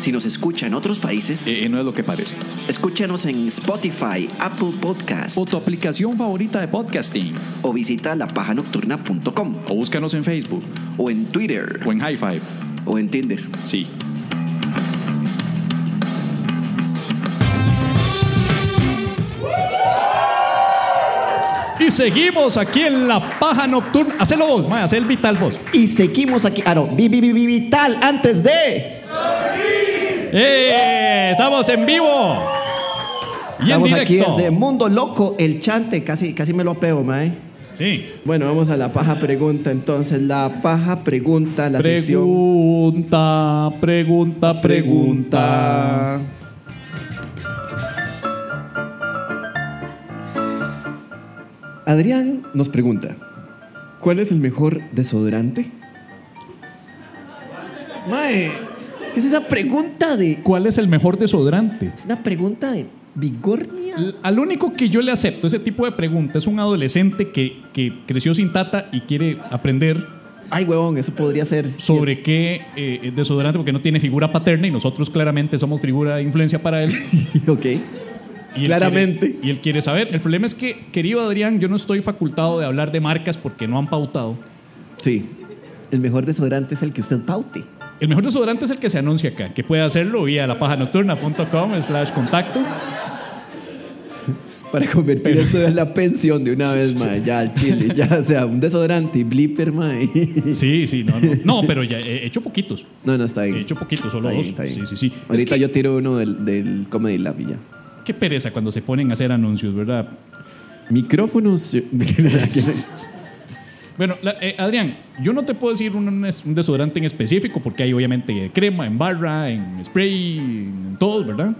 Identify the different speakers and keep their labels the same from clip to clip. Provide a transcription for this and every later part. Speaker 1: Si nos escucha en otros países,
Speaker 2: Eh, no es lo que parece.
Speaker 1: escúchanos en Spotify, Apple Podcast
Speaker 2: O tu aplicación favorita de podcasting.
Speaker 1: o visita lapajanocturna.com
Speaker 2: O búscanos en Facebook.
Speaker 1: o en Twitter
Speaker 2: O en High Five.
Speaker 1: o en Tinder.
Speaker 2: Sí. Y seguimos aquí en la paja nocturna. Hacelo vos, Maya, haz el vital vos.
Speaker 3: Y seguimos aquí. Ah, no. Vi, vi, vi, vi, vital antes de.
Speaker 2: ¡Eh! Estamos en vivo. Y
Speaker 3: Estamos
Speaker 2: en
Speaker 3: aquí
Speaker 2: directo.
Speaker 3: desde Mundo Loco, el chante. Casi, casi me lo apeo, mae.
Speaker 2: Sí.
Speaker 3: Bueno, vamos a la paja pregunta entonces. La paja pregunta, la sección.
Speaker 2: Pregunta, pregunta, pregunta.
Speaker 3: Pregunta. Adrián nos pregunta: ¿Cuál es el mejor desodorante? Mae, Eh, ¿qué es esa pregunta de.?
Speaker 2: ¿Cuál es el mejor desodorante?
Speaker 3: Es una pregunta de Vigornia.
Speaker 2: L- Al único que yo le acepto ese tipo de pregunta es un adolescente que, que creció sin tata y quiere aprender
Speaker 3: Ay, huevón, eso podría ser.
Speaker 2: sobre qué eh, desodorante porque no tiene figura paterna y nosotros claramente somos figura de influencia para él.
Speaker 3: ok.
Speaker 2: Y él
Speaker 3: Claramente.
Speaker 2: quiere- y él quiere saber. El problema es que, querido Adrián, yo no estoy facultado de hablar de marcas porque no han pautado.
Speaker 3: Sí. El mejor desodorante es el que usted paute.
Speaker 2: El mejor desodorante es el que se anuncia acá, que puede hacerlo vía lapajanocturna.com slash contacto.
Speaker 3: Para convertir esto en la pensión de una vez, mae. Ya al chile. Ya, o sea, un desodorante y blipper, mae.
Speaker 2: Sí, sí, no, no. No, pero ya he hecho poquitos.
Speaker 3: No, no, está bien.
Speaker 2: He hecho poquitos,
Speaker 3: Está
Speaker 2: solo
Speaker 3: bien,
Speaker 2: dos.
Speaker 3: está bien.
Speaker 2: Sí, sí, sí. Es
Speaker 3: Ahorita
Speaker 2: que-
Speaker 3: yo tiro uno del, del Comedy Lab y ya.
Speaker 2: Qué pereza cuando se ponen a hacer anuncios, ¿verdad?
Speaker 3: Micrófonos.
Speaker 2: Bueno, la- eh, Adrián, yo no te puedo decir un, un es- un desodorante en específico porque hay obviamente crema, en barra, en spray, en todos, ¿verdad?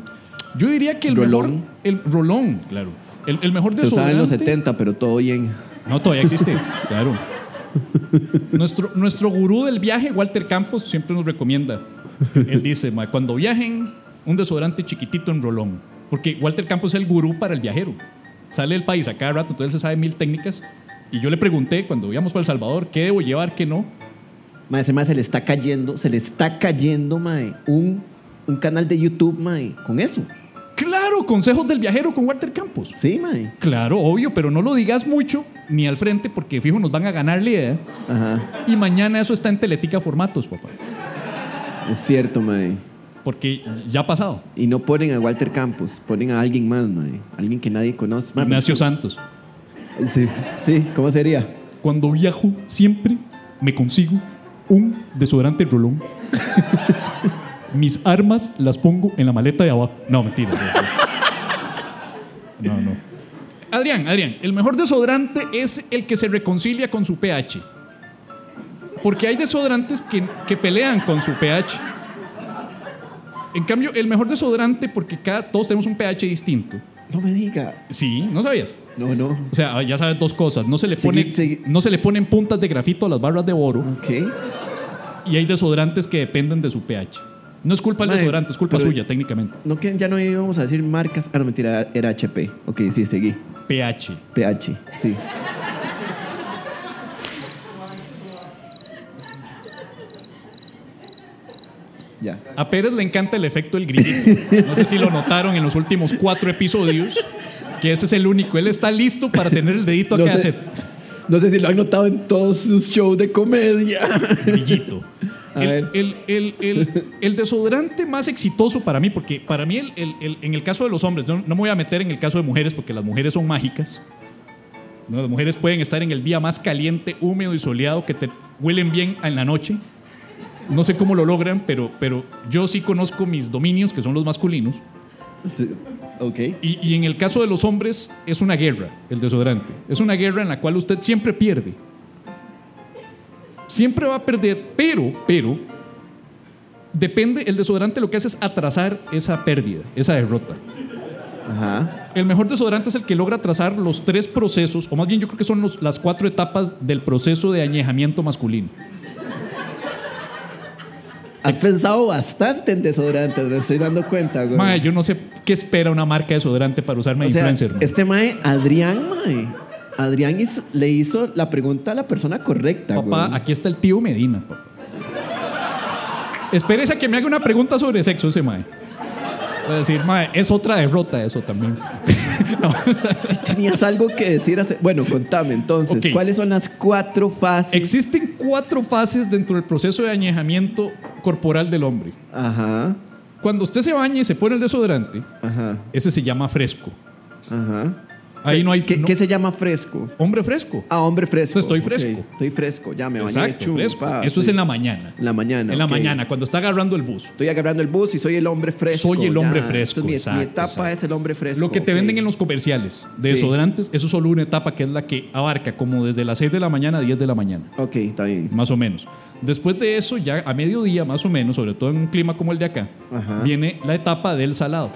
Speaker 2: Yo diría que el
Speaker 3: Rolón.
Speaker 2: mejor... El rolón, claro. El, el mejor
Speaker 3: Se
Speaker 2: desodorante...
Speaker 3: usaba en los 70, pero todo bien.
Speaker 2: No, todavía existe, claro. Nuestro, nuestro gurú del viaje, Walter Campos, siempre nos recomienda. Él dice, "Ma, cuando viajen, un desodorante chiquitito en rolón. Porque Walter Campos es el gurú para el viajero. Sale del país a cada rato, entonces él se sabe mil técnicas. Y yo le pregunté, cuando íbamos para El Salvador, ¿qué debo llevar, qué no?
Speaker 3: Mae, ese mae se le está cayendo, se le está cayendo, mae. Un, un canal de YouTube, mae, con eso.
Speaker 2: Claro, consejos del viajero con Walter Campos.
Speaker 3: Sí, mae.
Speaker 2: Claro, obvio, pero no lo digas mucho ni al frente porque, fijo, nos van a ganar la idea.
Speaker 3: Ajá.
Speaker 2: Y mañana eso está en Teletica Formatos, papá.
Speaker 3: Es cierto, mae.
Speaker 2: Porque ya ha pasado.
Speaker 3: Y no ponen a Walter Campos, ponen a alguien más, mae. Alguien que nadie conoce. Mae,
Speaker 2: Ignacio Santos.
Speaker 3: Sí, sí, ¿cómo sería?
Speaker 2: Cuando viajo, siempre me consigo un desodorante rolón. Mis armas las pongo en la maleta de abajo. No, mentira. No, no. no. Adrián, Adrián, el mejor desodorante es el que se reconcilia con su pH. Porque hay desodorantes que, que pelean con su pH. En cambio, el mejor desodorante, porque cada, todos tenemos un pH distinto.
Speaker 3: No me diga.
Speaker 2: Sí, ¿no sabías?
Speaker 3: No, no.
Speaker 2: O sea, ya sabes dos cosas. No se le,
Speaker 3: Seguí,
Speaker 2: pone,
Speaker 3: seguí.
Speaker 2: no se le ponen puntas de grafito a las barras de oro
Speaker 3: Ok.
Speaker 2: y hay desodorantes que dependen de su pH. No es culpa del
Speaker 3: Mae,
Speaker 2: desodorante, es culpa
Speaker 3: pero-
Speaker 2: suya técnicamente.
Speaker 3: No, que ya no íbamos a decir marcas. Ah, no, mentira, era HP. Ok, sí, seguí.
Speaker 2: pH.
Speaker 3: PH, sí. Ya.
Speaker 2: A Pérez le encanta el efecto del grillito. No sé si lo notaron en los últimos cuatro episodios, que ese es el único. Él está listo para tener el dedito acá hacer
Speaker 3: no sé si lo han notado en todos sus shows de comedia.
Speaker 2: grillito.
Speaker 3: A
Speaker 2: El,
Speaker 3: ver.
Speaker 2: el- el- el- el desodorante más exitoso para mí, porque para mí, el- el- el- en el caso de los hombres, no, no me voy a meter en el caso de mujeres, porque las mujeres son mágicas. No, las mujeres pueden estar en el día más caliente, húmedo y soleado, que te huelen bien en la noche. No sé cómo lo logran, pero, pero yo sí conozco mis dominios, que son los masculinos.
Speaker 3: ok.
Speaker 2: Y, y en el caso de los hombres, es una guerra, el desodorante. Es una guerra en la cual usted siempre pierde. Siempre va a perder, pero, pero, depende, el desodorante lo que hace es atrasar esa pérdida, esa derrota.
Speaker 3: Ajá.
Speaker 2: El mejor desodorante es el que logra trazar los tres procesos, o más bien yo creo que son los- las cuatro etapas del proceso de añejamiento masculino.
Speaker 3: Has pensado bastante en desodorantes, me estoy dando cuenta, güey.
Speaker 2: Mae, yo no sé qué espera una marca de desodorante para usarme
Speaker 3: O
Speaker 2: de
Speaker 3: sea,
Speaker 2: influencer. mae.
Speaker 3: este mae, Adrián, mae. Adrián hizo- le hizo la pregunta a la persona correcta,
Speaker 2: Papá,
Speaker 3: güey.
Speaker 2: aquí está el tío Medina. papá. Espérese a que me haga una pregunta sobre sexo ese mae. Va a decir, mae, es otra derrota eso también. No,
Speaker 3: Tenías algo que decir. hace- Bueno, contame entonces.
Speaker 2: Ok.
Speaker 3: ¿Cuáles son las cuatro fases?
Speaker 2: Existen cuatro fases dentro del proceso de añejamiento corporal del hombre.
Speaker 3: Ajá,
Speaker 2: Cuando usted se baña y se pone el desodorante,
Speaker 3: ajá,
Speaker 2: ese se llama fresco.
Speaker 3: ajá.
Speaker 2: Ahí no hay
Speaker 3: ¿Qué,
Speaker 2: no-
Speaker 3: qué se llama fresco?
Speaker 2: hombre fresco.
Speaker 3: Ah, hombre fresco.
Speaker 2: Estoy
Speaker 3: ok.
Speaker 2: fresco.
Speaker 3: Estoy fresco, ya me bañé.
Speaker 2: Exacto,
Speaker 3: chum,
Speaker 2: fresco.
Speaker 3: pa,
Speaker 2: Eso es
Speaker 3: estoy-
Speaker 2: en la mañana.
Speaker 3: en la mañana.
Speaker 2: En la
Speaker 3: ok.
Speaker 2: mañana, cuando está agarrando el bus.
Speaker 3: Estoy agarrando el bus y soy el hombre fresco.
Speaker 2: Soy el hombre
Speaker 3: ya.
Speaker 2: fresco,
Speaker 3: Entonces, mi- mi,
Speaker 2: exacto,
Speaker 3: etapa
Speaker 2: exacto.
Speaker 3: es el hombre fresco.
Speaker 2: Lo que te
Speaker 3: ok.
Speaker 2: venden en los comerciales de
Speaker 3: Sí.
Speaker 2: desodorantes, eso es solo una etapa que es la que abarca como desde las 6 de la mañana a 10 de la mañana,
Speaker 3: Ok, está bien.
Speaker 2: más o menos. Después de eso, ya a mediodía más o menos, sobre todo en un clima como el de acá,
Speaker 3: Ajá.
Speaker 2: viene la etapa del salado.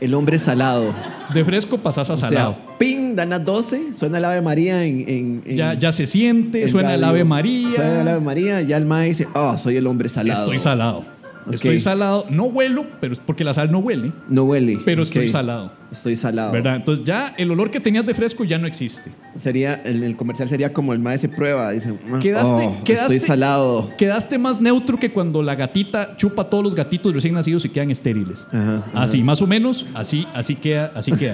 Speaker 3: El hombre salado.
Speaker 2: De fresco pasas a
Speaker 3: O
Speaker 2: salado.
Speaker 3: sea, ping, dan las 12, suena el Ave María en. en- en-
Speaker 2: ya, ya se siente,
Speaker 3: en
Speaker 2: suena el
Speaker 3: radio.
Speaker 2: Ave María.
Speaker 3: Suena el Ave María, ya el mae dice, oh, soy el hombre salado.
Speaker 2: Estoy salado.
Speaker 3: Ok.
Speaker 2: Estoy salado. No huelo, pero es porque la sal no huele,
Speaker 3: No huele.
Speaker 2: pero estoy
Speaker 3: ok.
Speaker 2: salado.
Speaker 3: Estoy salado.
Speaker 2: ¿Verdad? Entonces ya el olor que tenías de fresco ya no existe.
Speaker 3: Sería, el, el comercial sería como el mae se prueba, dice, "Ah,
Speaker 2: Quedaste-
Speaker 3: oh,
Speaker 2: quedaste-
Speaker 3: estoy salado.
Speaker 2: Quedaste más neutro que cuando la gatita chupa a todos los gatitos recién nacidos y quedan estériles.
Speaker 3: Ajá, ajá.
Speaker 2: Así, más o menos, así, así queda, así queda.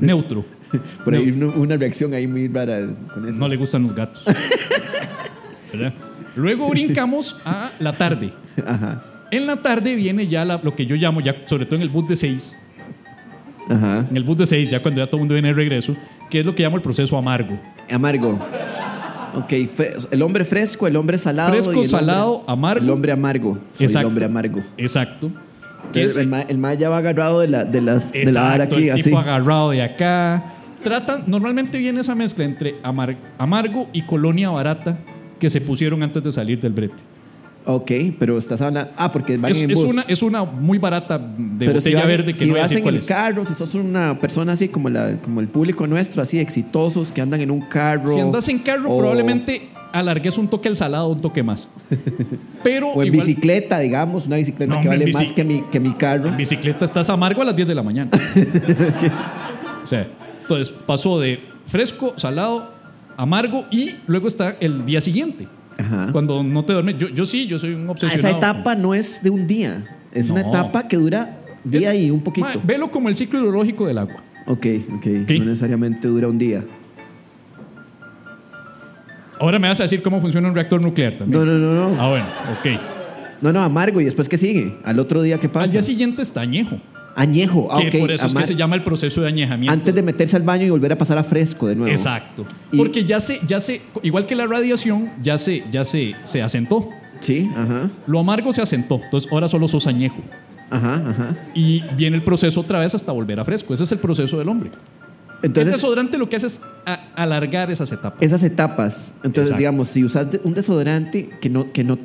Speaker 2: neutro.
Speaker 3: Por ahí no- una reacción ahí muy rara con eso.
Speaker 2: No le gustan los gatos. ¿Verdad? Luego brincamos a la tarde.
Speaker 3: Ajá,
Speaker 2: En la tarde viene ya la- lo que yo llamo, ya, sobre todo en el bus de 6,
Speaker 3: ajá.
Speaker 2: en el bus de 6, ya cuando ya todo el mundo viene de regreso, que es lo que llamo el proceso amargo.
Speaker 3: Amargo. Ok, fe- el hombre fresco, el hombre salado.
Speaker 2: Fresco,
Speaker 3: y el hombre-
Speaker 2: salado, amargo.
Speaker 3: El hombre amargo. Soy el
Speaker 2: Exacto.
Speaker 3: hombre amargo.
Speaker 2: Exacto. Que
Speaker 3: El,
Speaker 2: es-
Speaker 3: el, ma- el ma ya va agarrado de la, de las, de la vara
Speaker 2: Exacto,
Speaker 3: aquí,
Speaker 2: el
Speaker 3: así.
Speaker 2: tipo agarrado de acá. Tratan, normalmente viene esa mezcla entre amar- amargo y colonia barata que se pusieron antes de salir del brete.
Speaker 3: Ok, pero estás hablando. Ah, porque van
Speaker 2: Es,
Speaker 3: en
Speaker 2: es
Speaker 3: bus.
Speaker 2: una, es una muy barata de
Speaker 3: pero si,
Speaker 2: botella
Speaker 3: van-
Speaker 2: verde que
Speaker 3: si
Speaker 2: no voy a
Speaker 3: vas
Speaker 2: decir
Speaker 3: en
Speaker 2: cuál
Speaker 3: el
Speaker 2: es.
Speaker 3: carro, si sos una persona así como, la, como el público nuestro, así exitosos que andan en un carro.
Speaker 2: Si andas en carro,
Speaker 3: o-
Speaker 2: probablemente alargues un toque el salado, un toque más. Pero
Speaker 3: O en
Speaker 2: igual-
Speaker 3: bicicleta, digamos, una bicicleta
Speaker 2: No,
Speaker 3: que
Speaker 2: hombre,
Speaker 3: vale
Speaker 2: en bici-
Speaker 3: más que mi, que mi carro.
Speaker 2: En bicicleta estás amargo a las 10 de la mañana. o sea, entonces pasó de fresco, salado, amargo y luego está el día siguiente.
Speaker 3: Ajá.
Speaker 2: Cuando no te duermes. Yo, yo sí, yo soy un
Speaker 3: Ah, esa
Speaker 2: obsesionado.
Speaker 3: etapa no es de un día. Es una
Speaker 2: No.
Speaker 3: etapa que dura día y un poquito.
Speaker 2: Ma, velo como el ciclo hidrológico del agua.
Speaker 3: Ok, ok.
Speaker 2: Ok.
Speaker 3: No necesariamente dura un día.
Speaker 2: Ahora me vas a decir cómo funciona un reactor nuclear también.
Speaker 3: No, no, no, no.
Speaker 2: Ah, bueno, ok.
Speaker 3: No, no, amargo. ¿Y después qué sigue? ¿Al otro día qué pasa?
Speaker 2: Ah. Al día siguiente está añejo.
Speaker 3: Añejo. Ah,
Speaker 2: que
Speaker 3: ok.
Speaker 2: por eso
Speaker 3: amar-
Speaker 2: es que se llama el proceso de añejamiento.
Speaker 3: Antes de meterse al baño y volver a pasar a fresco de nuevo.
Speaker 2: Exacto.
Speaker 3: Y-
Speaker 2: Porque ya se, ya se, igual que la radiación, ya se, ya se, se asentó.
Speaker 3: Sí, ajá.
Speaker 2: Lo amargo se asentó. Entonces ahora solo sos añejo.
Speaker 3: Ajá, ajá.
Speaker 2: Y viene el proceso otra vez hasta volver a fresco. Ese es el proceso del hombre. el
Speaker 3: Entonces,
Speaker 2: desodorante lo que hace es a- alargar esas etapas.
Speaker 3: esas etapas. Entonces,
Speaker 2: Exacto.
Speaker 3: digamos, si usas de- un desodorante que no, que no,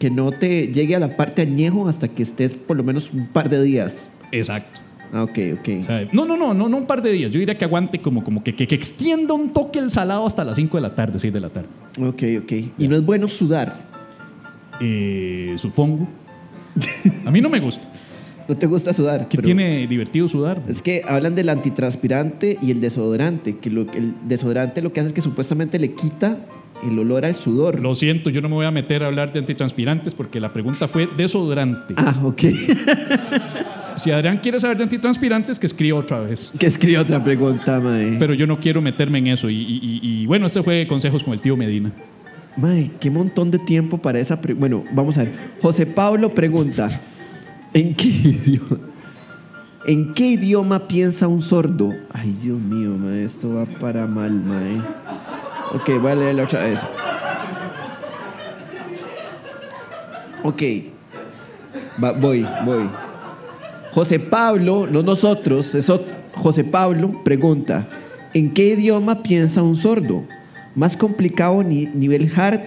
Speaker 3: que no te llegue a la parte añejo hasta que estés por lo menos un par de días.
Speaker 2: Exacto.
Speaker 3: Ah, ok, ok.
Speaker 2: O sea, no, no, no, no, no un par de días. Yo diría que aguante como, como que, que, que extienda un toque el salado hasta las 5 de la tarde, 6 de la tarde.
Speaker 3: Ok, ok. Y no es bueno sudar.
Speaker 2: Eh, supongo. A mí no me gusta.
Speaker 3: No te gusta sudar.
Speaker 2: ¿Qué
Speaker 3: pero-
Speaker 2: tiene divertido sudar?
Speaker 3: Es que hablan del antitranspirante y el desodorante, que lo- el desodorante lo que hace es que supuestamente le quita el olor al sudor.
Speaker 2: Lo siento, yo no me voy a meter a hablar de antitranspirantes porque la pregunta fue desodorante.
Speaker 3: Ah, ok.
Speaker 2: Si Adrián quiere saber de antitranspirantes, que escriba otra vez.
Speaker 3: que escribió otra pregunta, mae.
Speaker 2: Pero yo no quiero meterme en eso. Y, y- y- y, bueno, este fue consejos con el tío Medina.
Speaker 3: Mae, qué montón de tiempo para esa pregunta. Bueno, vamos a ver. José Pablo pregunta, ¿en qué idioma? ¿En qué idioma piensa un sordo? Ay, Dios mío, mae, esto va para mal, mae. Ok, voy a leerla otra vez. Ok. Va- voy, voy. José Pablo, no nosotros, es ot- José Pablo pregunta, ¿en qué idioma piensa un sordo? Más complicado ni- nivel hard,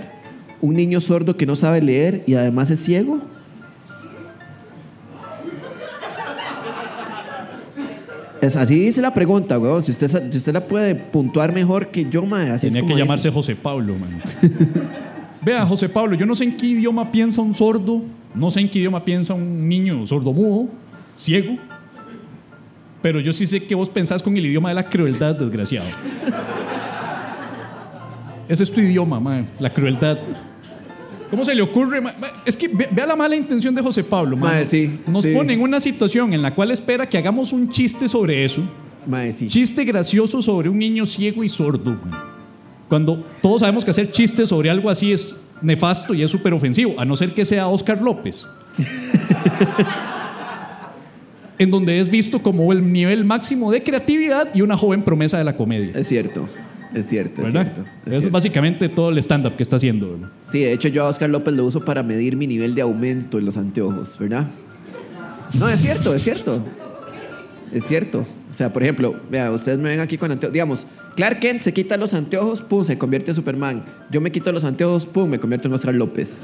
Speaker 3: un niño sordo que no sabe leer y además es ciego. Es- así dice la pregunta, weón. Si usted, sa- si usted la puede puntuar mejor que yo, mae, así es
Speaker 2: Tenía que
Speaker 3: como dice.
Speaker 2: llamarse José Pablo, man. Vea, José Pablo, yo no sé en qué idioma piensa un sordo, no sé en qué idioma piensa un niño sordomudo, ciego, pero yo sí sé que vos pensás con el idioma de la crueldad, desgraciado. Ese es tu idioma, man, la crueldad. ¿Cómo se le ocurre? ma- ma- Es que ve- vea la mala intención de José Pablo, man.
Speaker 3: Mae, sí,
Speaker 2: Nos
Speaker 3: sí.
Speaker 2: pone en una situación en la cual espera que hagamos un chiste sobre eso
Speaker 3: Mae, sí.
Speaker 2: chiste gracioso sobre un niño ciego y sordo. güey. Cuando todos sabemos que hacer chistes sobre algo así es nefasto y es súper ofensivo, a no ser que sea Oscar López. en donde es visto como el nivel máximo de creatividad y una joven promesa de la comedia.
Speaker 3: Es cierto. Es cierto, es
Speaker 2: ¿Verdad?
Speaker 3: cierto. es
Speaker 2: Eso es
Speaker 3: cierto.
Speaker 2: básicamente todo el stand-up que está haciendo. ¿verdad?
Speaker 3: Sí, de hecho yo a Oscar López lo uso para medir mi nivel de aumento en los anteojos, ¿verdad? No, es cierto, es cierto. Es cierto. O sea, por ejemplo, vea, ustedes me ven aquí con anteojos. Digamos, Clark Kent se quita los anteojos, pum, se convierte en Superman. Yo me quito los anteojos, pum, me convierto en Oscar López.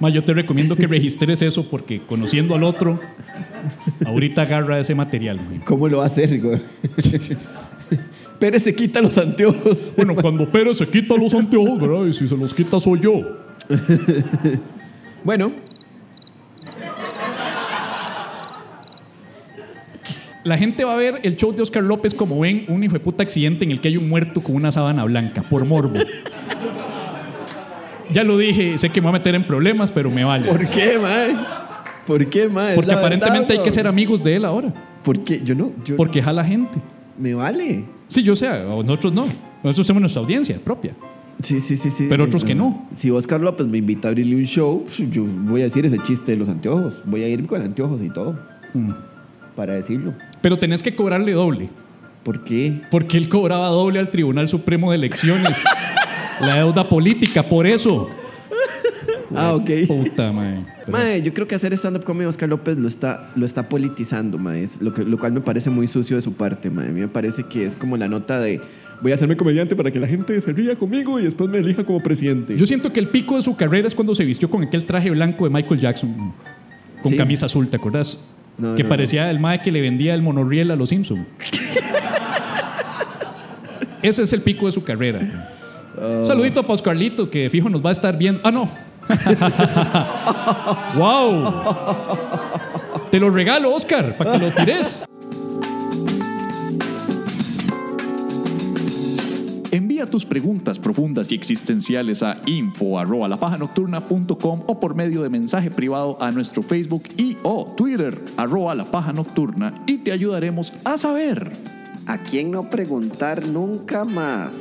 Speaker 2: Ma, yo te recomiendo que registres eso porque conociendo al otro, ahorita agarra ese material. güey.
Speaker 3: ¿Cómo lo va a hacer, güey? Pérez se quita los anteojos.
Speaker 2: Bueno, cuando Pérez se quita los anteojos, ¿verdad? Y si se los quita soy yo.
Speaker 3: Bueno,
Speaker 2: La gente va a ver el show de Oscar López como ven un hijo de puta accidente en el que hay un muerto con una sábana blanca, por morbo. Ya lo dije, sé que me voy a meter en problemas, pero me vale.
Speaker 3: ¿por qué, man? ¿Por qué, man? Es
Speaker 2: Porque
Speaker 3: la
Speaker 2: aparentemente
Speaker 3: verdad,
Speaker 2: hay que
Speaker 3: güey.
Speaker 2: ser amigos de él ahora,
Speaker 3: ¿Por qué? Yo no. Yo,
Speaker 2: porque jala gente.
Speaker 3: Me vale.
Speaker 2: Sí, yo sé, a nosotros no. Nosotros tenemos nuestra audiencia propia.
Speaker 3: Sí, sí, sí, sí.
Speaker 2: Pero otros que no.
Speaker 3: Si Oscar López me invita a abrirle un show, yo voy a decir ese chiste de los anteojos. Voy a ir con anteojos y todo
Speaker 2: Mm.
Speaker 3: para decirlo.
Speaker 2: Pero tenés que cobrarle doble,
Speaker 3: ¿Por qué?
Speaker 2: porque él cobraba doble al Tribunal Supremo de Elecciones. La deuda política, por eso.
Speaker 3: Ah, ok.
Speaker 2: Puta, mae. Pero-
Speaker 3: Mae, yo creo que hacer stand-up comedy Oscar López lo está, lo está politizando, mae. Es Lo, que- lo cual me parece muy sucio de su parte, mae. A mí me parece que es como la nota de voy a hacerme comediante para que la gente se ría conmigo y después me elija como presidente.
Speaker 2: Yo siento que el pico de su carrera es cuando se vistió con aquel traje blanco de Michael Jackson, con
Speaker 3: Sí.
Speaker 2: camisa azul, ¿te acordás?
Speaker 3: No,
Speaker 2: que
Speaker 3: no,
Speaker 2: parecía el mae que le vendía el monorriel a los Simpson. Ese es el pico de su carrera.
Speaker 3: Oh.
Speaker 2: Un Saludito a Oscarlito, que fijo nos va a estar viendo. Ah, no. ¡Wow! Te lo regalo, Oscar, para que lo tires.
Speaker 4: Envía tus preguntas profundas y existenciales a info@lapajanocturna.com o por medio de mensaje privado a nuestro Facebook y o Twitter arroba la paja nocturna y te ayudaremos a saber.
Speaker 1: ¿A quién no preguntar nunca más?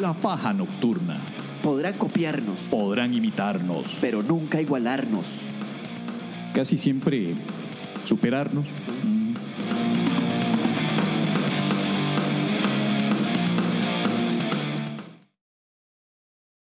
Speaker 4: La paja nocturna.
Speaker 1: Podrá copiarnos,
Speaker 4: Podrán imitarnos.
Speaker 1: pero nunca igualarnos.
Speaker 4: Casi siempre superarnos.